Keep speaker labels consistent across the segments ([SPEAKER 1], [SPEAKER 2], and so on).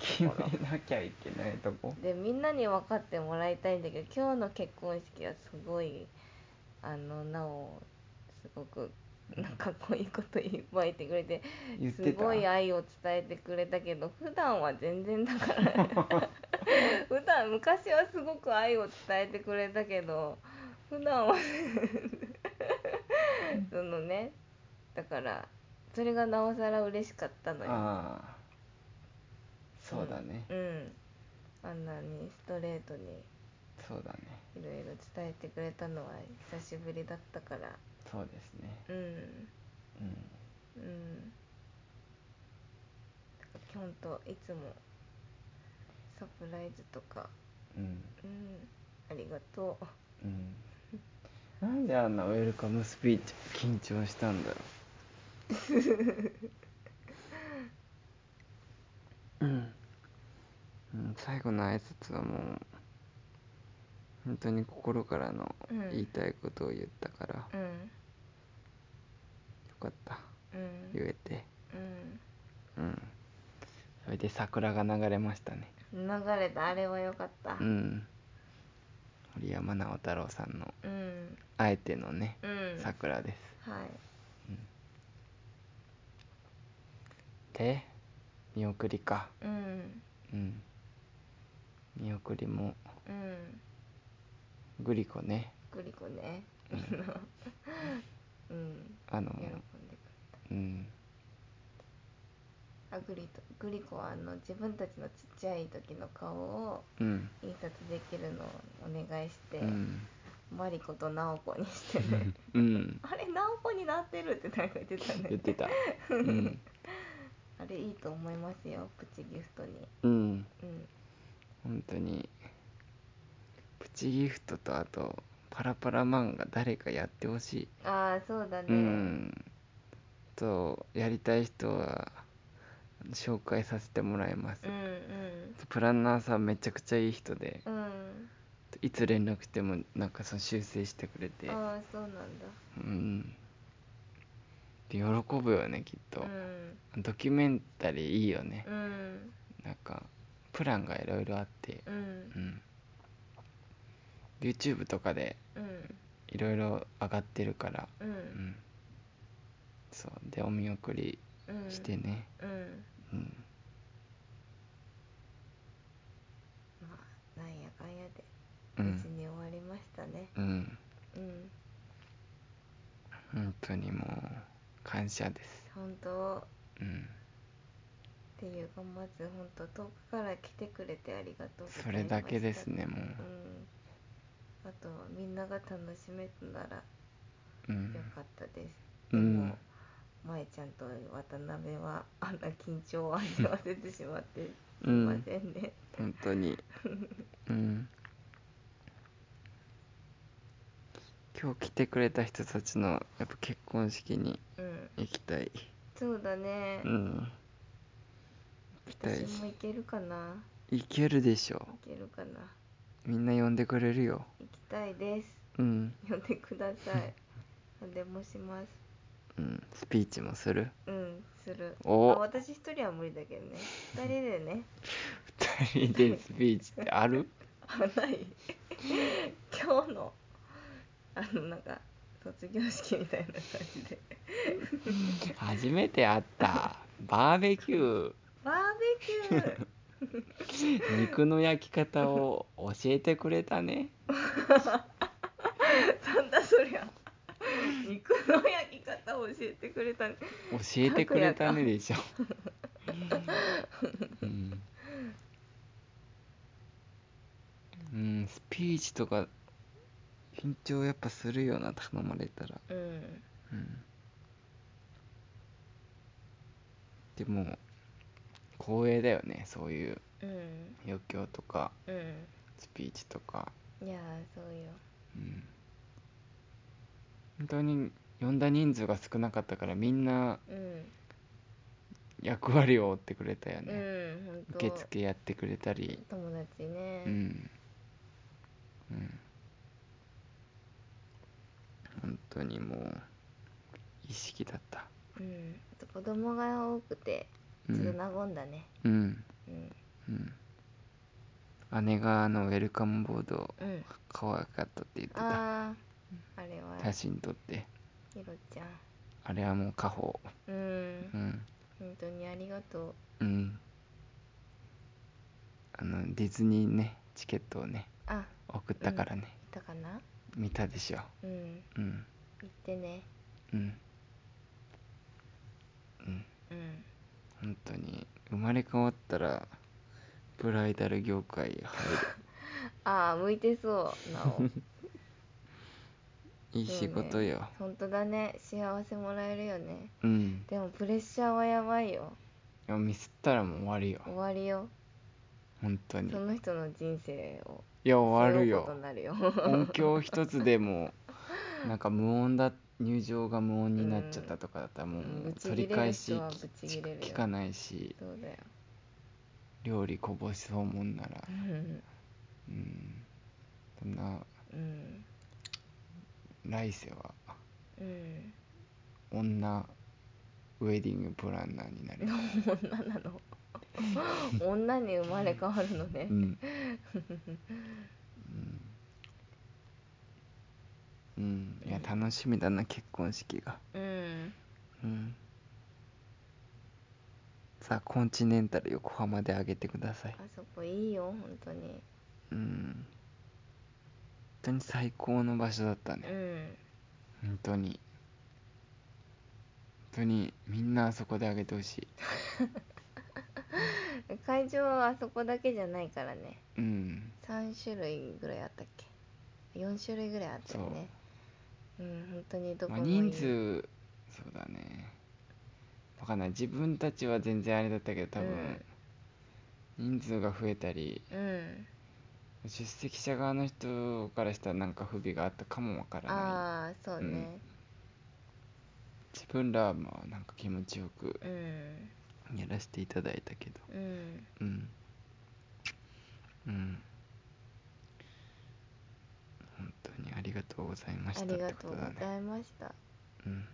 [SPEAKER 1] 決めなきゃいけないとこ
[SPEAKER 2] でみんなに分かってもらいたいんだけど今日の結婚式はすごいあのなおすごくなんかこういうこといっぱい言ってくれて
[SPEAKER 1] 言ってた
[SPEAKER 2] すごい愛を伝えてくれたけど普段は全然だから普段昔はすごく愛を伝えてくれたけど普段はそのねだからそれがなおさら嬉しかったのよ。
[SPEAKER 1] ああそうだね、
[SPEAKER 2] うんあんなにストレートに
[SPEAKER 1] そうだね
[SPEAKER 2] いろいろ伝えてくれたのは久しぶりだったから
[SPEAKER 1] そうですね
[SPEAKER 2] うん
[SPEAKER 1] うん
[SPEAKER 2] うんだからほんといつもサプライズとか
[SPEAKER 1] うん
[SPEAKER 2] うんありがとう
[SPEAKER 1] うんなんであんなウェルカムスピーチ緊張したんだろ ううんうん最後の挨拶はもう本当に心からの
[SPEAKER 2] うん
[SPEAKER 1] 言いたいことを言ったから、よ
[SPEAKER 2] うん
[SPEAKER 1] かった
[SPEAKER 2] うん
[SPEAKER 1] 言えて
[SPEAKER 2] うん
[SPEAKER 1] うんそれで桜が流れましたね
[SPEAKER 2] 流れたあれは良かった
[SPEAKER 1] うん森山直太朗さんの
[SPEAKER 2] うん
[SPEAKER 1] あえてのね
[SPEAKER 2] うん
[SPEAKER 1] 桜です、
[SPEAKER 2] はい
[SPEAKER 1] で見送りか
[SPEAKER 2] うん
[SPEAKER 1] うん見送りも
[SPEAKER 2] うん
[SPEAKER 1] グリコね
[SPEAKER 2] グリコね うん
[SPEAKER 1] あの
[SPEAKER 2] 喜んでくれた
[SPEAKER 1] うん
[SPEAKER 2] あグリとグリコはあの自分たちのちっちゃい時の顔を
[SPEAKER 1] うん
[SPEAKER 2] 印刷できるのをお願いして、
[SPEAKER 1] うん
[SPEAKER 2] マリコとナオコにしてね
[SPEAKER 1] うん
[SPEAKER 2] あれナオコになってるって誰か言ってた
[SPEAKER 1] 言っ
[SPEAKER 2] ね
[SPEAKER 1] てたうん
[SPEAKER 2] あれいいと思いますよプチギフトに
[SPEAKER 1] うん
[SPEAKER 2] うん
[SPEAKER 1] 本当にプチギフトとあとパラパラ漫画誰かやってほしい
[SPEAKER 2] ああそうだね
[SPEAKER 1] う、んとやりたい人は紹介させてもらいます、
[SPEAKER 2] うん
[SPEAKER 1] プランナーさんめちゃくちゃいい人で
[SPEAKER 2] うんうん
[SPEAKER 1] いつ連絡してもなんかその修正してくれて
[SPEAKER 2] ああそうなんだ
[SPEAKER 1] うんで喜ぶよねきっと
[SPEAKER 2] う、ん
[SPEAKER 1] ドキュメンタリーいいよね
[SPEAKER 2] う、ん
[SPEAKER 1] なんかプランがいろいろあって
[SPEAKER 2] う
[SPEAKER 1] うんん YouTube とかで
[SPEAKER 2] うん
[SPEAKER 1] いろいろ上がってるから
[SPEAKER 2] う
[SPEAKER 1] うんんそうでお見送り
[SPEAKER 2] うん
[SPEAKER 1] してね
[SPEAKER 2] うん
[SPEAKER 1] うん
[SPEAKER 2] まあなんやかんやで
[SPEAKER 1] う
[SPEAKER 2] 無事
[SPEAKER 1] ん
[SPEAKER 2] に終わりましたね
[SPEAKER 1] うん
[SPEAKER 2] うん
[SPEAKER 1] 本当にもう感謝です
[SPEAKER 2] 本当
[SPEAKER 1] うん
[SPEAKER 2] っていうかまず本当遠くから来てくれてありがとうございました
[SPEAKER 1] それだけですねも
[SPEAKER 2] うんあとはみんなが楽しめたなら
[SPEAKER 1] うう
[SPEAKER 2] よ
[SPEAKER 1] ん
[SPEAKER 2] かったです、
[SPEAKER 1] うん
[SPEAKER 2] でも舞ちゃんと渡辺はあんな緊張を味わわせてしまってすい
[SPEAKER 1] うん
[SPEAKER 2] ませんね、
[SPEAKER 1] 本当にうん今日来てくれた人たちのやっぱ結婚式に
[SPEAKER 2] うん
[SPEAKER 1] 行きたい
[SPEAKER 2] そうだね、
[SPEAKER 1] うん行きたい
[SPEAKER 2] 私もいけるかな
[SPEAKER 1] 行けるでしょ
[SPEAKER 2] いけるかな
[SPEAKER 1] みんな呼んでくれるよ
[SPEAKER 2] 行きたいです
[SPEAKER 1] うん
[SPEAKER 2] 呼んでくださ い何でもします
[SPEAKER 1] うんスピーチもする
[SPEAKER 2] うんする
[SPEAKER 1] お
[SPEAKER 2] あ私一人は無理だけどね二人でね
[SPEAKER 1] 二人でスピーチってある
[SPEAKER 2] あない今日のあのなんか卒業式みたいな感じで
[SPEAKER 1] 初めて会ったバーベキュ
[SPEAKER 2] バーベキュー
[SPEAKER 1] ー肉の焼き方を教えてくれたね
[SPEAKER 2] なんだそりゃ肉の焼き方を教えてくれたね
[SPEAKER 1] 教えてくれたねでしょ、うんうん、スピーチとか緊張やっぱするよな頼まれたら、
[SPEAKER 2] うん
[SPEAKER 1] うん、でも光栄だよねそういう
[SPEAKER 2] うん
[SPEAKER 1] 余興とか
[SPEAKER 2] う
[SPEAKER 1] スピーチとか、
[SPEAKER 2] んいやーそうよ
[SPEAKER 1] うん、本当に呼んだ人数が少なかったからみんな
[SPEAKER 2] うん
[SPEAKER 1] 役割を負ってくれたよね、
[SPEAKER 2] うん本当
[SPEAKER 1] 受付やってくれたり、
[SPEAKER 2] 友達ね、
[SPEAKER 1] うん、うん、本当にもう意識だった、
[SPEAKER 2] うんあと子供が多くて
[SPEAKER 1] う
[SPEAKER 2] ちょっと
[SPEAKER 1] ん
[SPEAKER 2] 和んだね
[SPEAKER 1] うん、
[SPEAKER 2] うん、
[SPEAKER 1] 姉があのウェルカムボード
[SPEAKER 2] うん
[SPEAKER 1] 可愛かったって言ってた
[SPEAKER 2] あああれは
[SPEAKER 1] 写真撮って
[SPEAKER 2] ひろちゃん
[SPEAKER 1] あれはもう家宝
[SPEAKER 2] うん、
[SPEAKER 1] うん
[SPEAKER 2] 本当にありがと
[SPEAKER 1] うんあのディズニーねチケットをね
[SPEAKER 2] うあ
[SPEAKER 1] 送ったからね、
[SPEAKER 2] いたかな
[SPEAKER 1] 見たでしょ
[SPEAKER 2] うん
[SPEAKER 1] うん
[SPEAKER 2] 行ってね
[SPEAKER 1] うんうん
[SPEAKER 2] うん
[SPEAKER 1] 本当に生まれ変わったらブライダル業界入る
[SPEAKER 2] ああ向いてそう なお
[SPEAKER 1] いい仕事よ
[SPEAKER 2] 本当だね幸せもらえるよね
[SPEAKER 1] うん
[SPEAKER 2] でもプレッシャーはやばいよ
[SPEAKER 1] いやミスったらもう終わり
[SPEAKER 2] 終
[SPEAKER 1] よ
[SPEAKER 2] わりよ
[SPEAKER 1] 本当に
[SPEAKER 2] その人の人生を
[SPEAKER 1] いや終わる
[SPEAKER 2] 背負うこと
[SPEAKER 1] よ
[SPEAKER 2] になるよ
[SPEAKER 1] 音響一つでもうなんか無音だ入場が無音になっちゃったとかだったらもう
[SPEAKER 2] うんぶち
[SPEAKER 1] 取り
[SPEAKER 2] 切れる
[SPEAKER 1] 返
[SPEAKER 2] 人
[SPEAKER 1] し
[SPEAKER 2] はぶち切れるよ
[SPEAKER 1] 聞かないし
[SPEAKER 2] そうだよ
[SPEAKER 1] 料理こぼしそうもんなら
[SPEAKER 2] うん
[SPEAKER 1] うんそんな
[SPEAKER 2] うん
[SPEAKER 1] 来世は
[SPEAKER 2] うん
[SPEAKER 1] 女ウェディングプランナーになる
[SPEAKER 2] 女なの女に生まれ変わるのね
[SPEAKER 1] う、ん、うん、うん、いや楽しみだな結婚式が
[SPEAKER 2] うん、
[SPEAKER 1] うんさあコンチネンタル横浜であげてください
[SPEAKER 2] あそこいいよ本当に
[SPEAKER 1] うん本当に最高の場所だった
[SPEAKER 2] う
[SPEAKER 1] ね
[SPEAKER 2] ん
[SPEAKER 1] 本 当に本当にみんなあそこであげてほし い
[SPEAKER 2] 会場はあそこだけじゃないからね
[SPEAKER 1] うん
[SPEAKER 2] 3種類ぐらいあったっけ4種類ぐらいあったよねうん本当にどこ
[SPEAKER 1] まあ、
[SPEAKER 2] もいい、
[SPEAKER 1] 人数そうだねわかんない自分たちは全然あれだったけど多分、人数が増えたり
[SPEAKER 2] うん
[SPEAKER 1] 出席者側の人からしたらなんか不備があったかもわからない
[SPEAKER 2] ああそうね
[SPEAKER 1] 自分らはまあなんか気持ちよく
[SPEAKER 2] うん
[SPEAKER 1] やらせていただいたけど
[SPEAKER 2] うん
[SPEAKER 1] うんうん本当にありがとうございました
[SPEAKER 2] あ
[SPEAKER 1] っ
[SPEAKER 2] りが
[SPEAKER 1] てことと
[SPEAKER 2] う
[SPEAKER 1] だ
[SPEAKER 2] ご
[SPEAKER 1] ね
[SPEAKER 2] ざいました
[SPEAKER 1] うん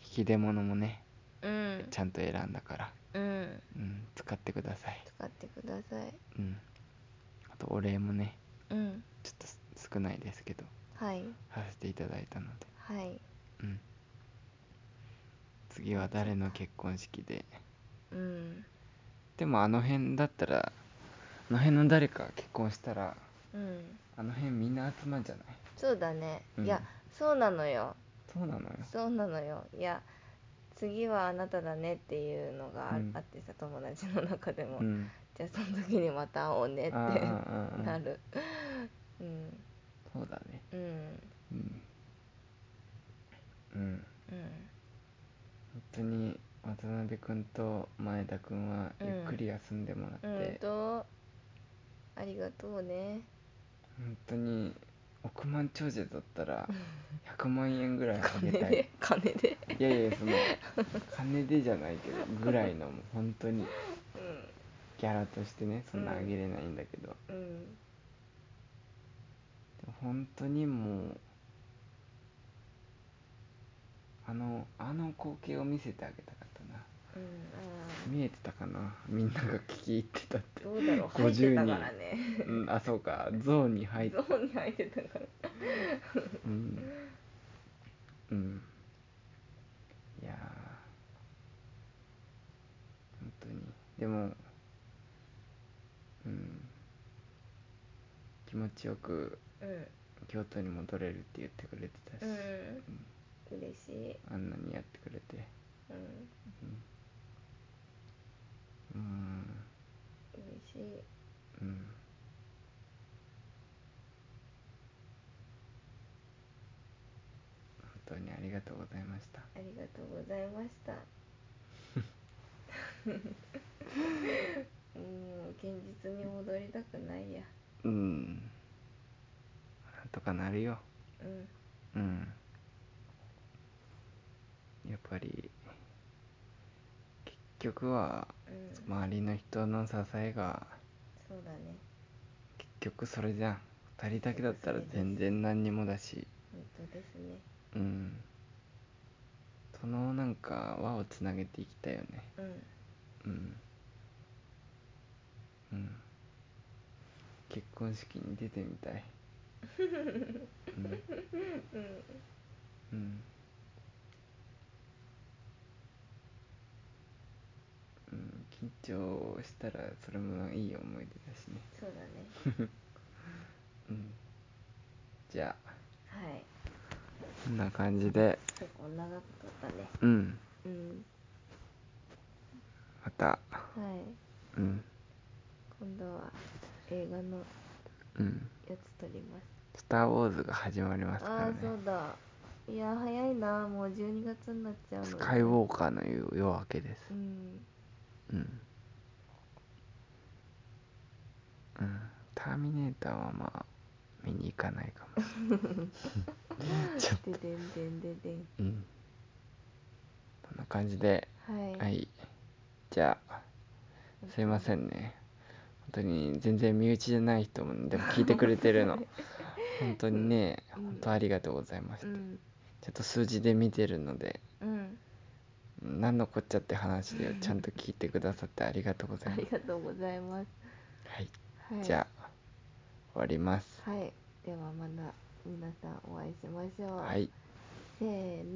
[SPEAKER 1] 引き出物もね
[SPEAKER 2] うん
[SPEAKER 1] ちゃんと選んだから、
[SPEAKER 2] うん
[SPEAKER 1] うん、使ってください
[SPEAKER 2] 使ってください
[SPEAKER 1] うんあとお礼もね
[SPEAKER 2] うん
[SPEAKER 1] ちょっとす少ないですけど
[SPEAKER 2] はい
[SPEAKER 1] させていただいたので
[SPEAKER 2] はい
[SPEAKER 1] うん次は誰の結婚式で
[SPEAKER 2] うん
[SPEAKER 1] でもあの辺だったらあの辺の誰か結婚したら
[SPEAKER 2] うん
[SPEAKER 1] あの辺みんな集まんじゃない
[SPEAKER 2] そうだね、
[SPEAKER 1] うん
[SPEAKER 2] いやそうなのよ
[SPEAKER 1] そうなのよ
[SPEAKER 2] そうなのよいや次はあなただねっていうのがあ,、
[SPEAKER 1] うん
[SPEAKER 2] ってさ友達の中でも、
[SPEAKER 1] うん
[SPEAKER 2] じゃあその時にまた会おうねっ
[SPEAKER 1] あ
[SPEAKER 2] て
[SPEAKER 1] あああああ
[SPEAKER 2] なるうん
[SPEAKER 1] そうだね
[SPEAKER 2] うん
[SPEAKER 1] うんうん
[SPEAKER 2] うん
[SPEAKER 1] 本当に渡辺君と前田君は
[SPEAKER 2] うん
[SPEAKER 1] ゆっくり休んでもらって、
[SPEAKER 2] うんとありがとうね
[SPEAKER 1] 本当に億万長者だったら100万円ぐらいあげ
[SPEAKER 2] 金
[SPEAKER 1] たい
[SPEAKER 2] で金で
[SPEAKER 1] いやいやその金でじゃないけどぐらいのもう本当にギャラとしてねそんなあげれないんだけど、
[SPEAKER 2] うんうん
[SPEAKER 1] でも本当にもうあのあの光景を見せてあげたかったな
[SPEAKER 2] うんあ
[SPEAKER 1] 見えてたかなみんなが聞き入ってたって
[SPEAKER 2] ーどうだろう入
[SPEAKER 1] 50
[SPEAKER 2] ってたからね
[SPEAKER 1] うんあそうかゾーンに入っ
[SPEAKER 2] ゾーンに入ってたから
[SPEAKER 1] うん、うん、いやー本当にでもうん気持ちよく
[SPEAKER 2] うん
[SPEAKER 1] 京都に戻れるって言ってくれてたし、
[SPEAKER 2] うん嬉しい
[SPEAKER 1] あんなにやってくれて
[SPEAKER 2] うん
[SPEAKER 1] うん
[SPEAKER 2] 嬉しい
[SPEAKER 1] うん本当にありがとうございました
[SPEAKER 2] ありがとうございま した。 もう現実に戻りたくないや。
[SPEAKER 1] うんなんとかなるよ
[SPEAKER 2] うん
[SPEAKER 1] うんやっぱり結局は
[SPEAKER 2] うん。
[SPEAKER 1] 周りの人の支えが
[SPEAKER 2] そうだね。
[SPEAKER 1] 結局それじゃん2人だけだったら全然何にもだし
[SPEAKER 2] 本当ですね。
[SPEAKER 1] うんそのなんか輪をつなげていきたいよね
[SPEAKER 2] うん。
[SPEAKER 1] うんうん結婚式に出てみたいうんうんうん緊張したらそれもいい思い出だしね
[SPEAKER 2] そうだね
[SPEAKER 1] うんじゃあ
[SPEAKER 2] はい
[SPEAKER 1] こんな感じで
[SPEAKER 2] 結構長かったね
[SPEAKER 1] うん
[SPEAKER 2] うん
[SPEAKER 1] また
[SPEAKER 2] はい
[SPEAKER 1] うん
[SPEAKER 2] 今度は映画の
[SPEAKER 1] うん
[SPEAKER 2] やつ撮ります
[SPEAKER 1] 「スター・ウォーズ」が始まりますか
[SPEAKER 2] あ
[SPEAKER 1] ら
[SPEAKER 2] あーそう
[SPEAKER 1] ね
[SPEAKER 2] だいや早いなもう12月になっちゃうの
[SPEAKER 1] スカイウォーカーの夜明けです
[SPEAKER 2] うん
[SPEAKER 1] うん、うん、ターミネーターはまあ見に行かないかもし
[SPEAKER 2] ででんでんで
[SPEAKER 1] れな
[SPEAKER 2] でん
[SPEAKER 1] い、うん、こんな感じで
[SPEAKER 2] はい、
[SPEAKER 1] はいじゃあすいませんね本当に全然身内じゃない人もでも聞いてくれてる の本当にね
[SPEAKER 2] うん
[SPEAKER 1] 本当ありがとうございまし
[SPEAKER 2] う
[SPEAKER 1] た、
[SPEAKER 2] ん
[SPEAKER 1] ちょっと数字で見てるので
[SPEAKER 2] うん
[SPEAKER 1] 何のこっちゃって話でちゃんと聞いてくださってありがとうござ
[SPEAKER 2] あ
[SPEAKER 1] います
[SPEAKER 2] りがとうございます、
[SPEAKER 1] はい
[SPEAKER 2] はい、
[SPEAKER 1] じゃあ終わります
[SPEAKER 2] はいではまだ皆さんお会いしましょう、
[SPEAKER 1] はい
[SPEAKER 2] せーの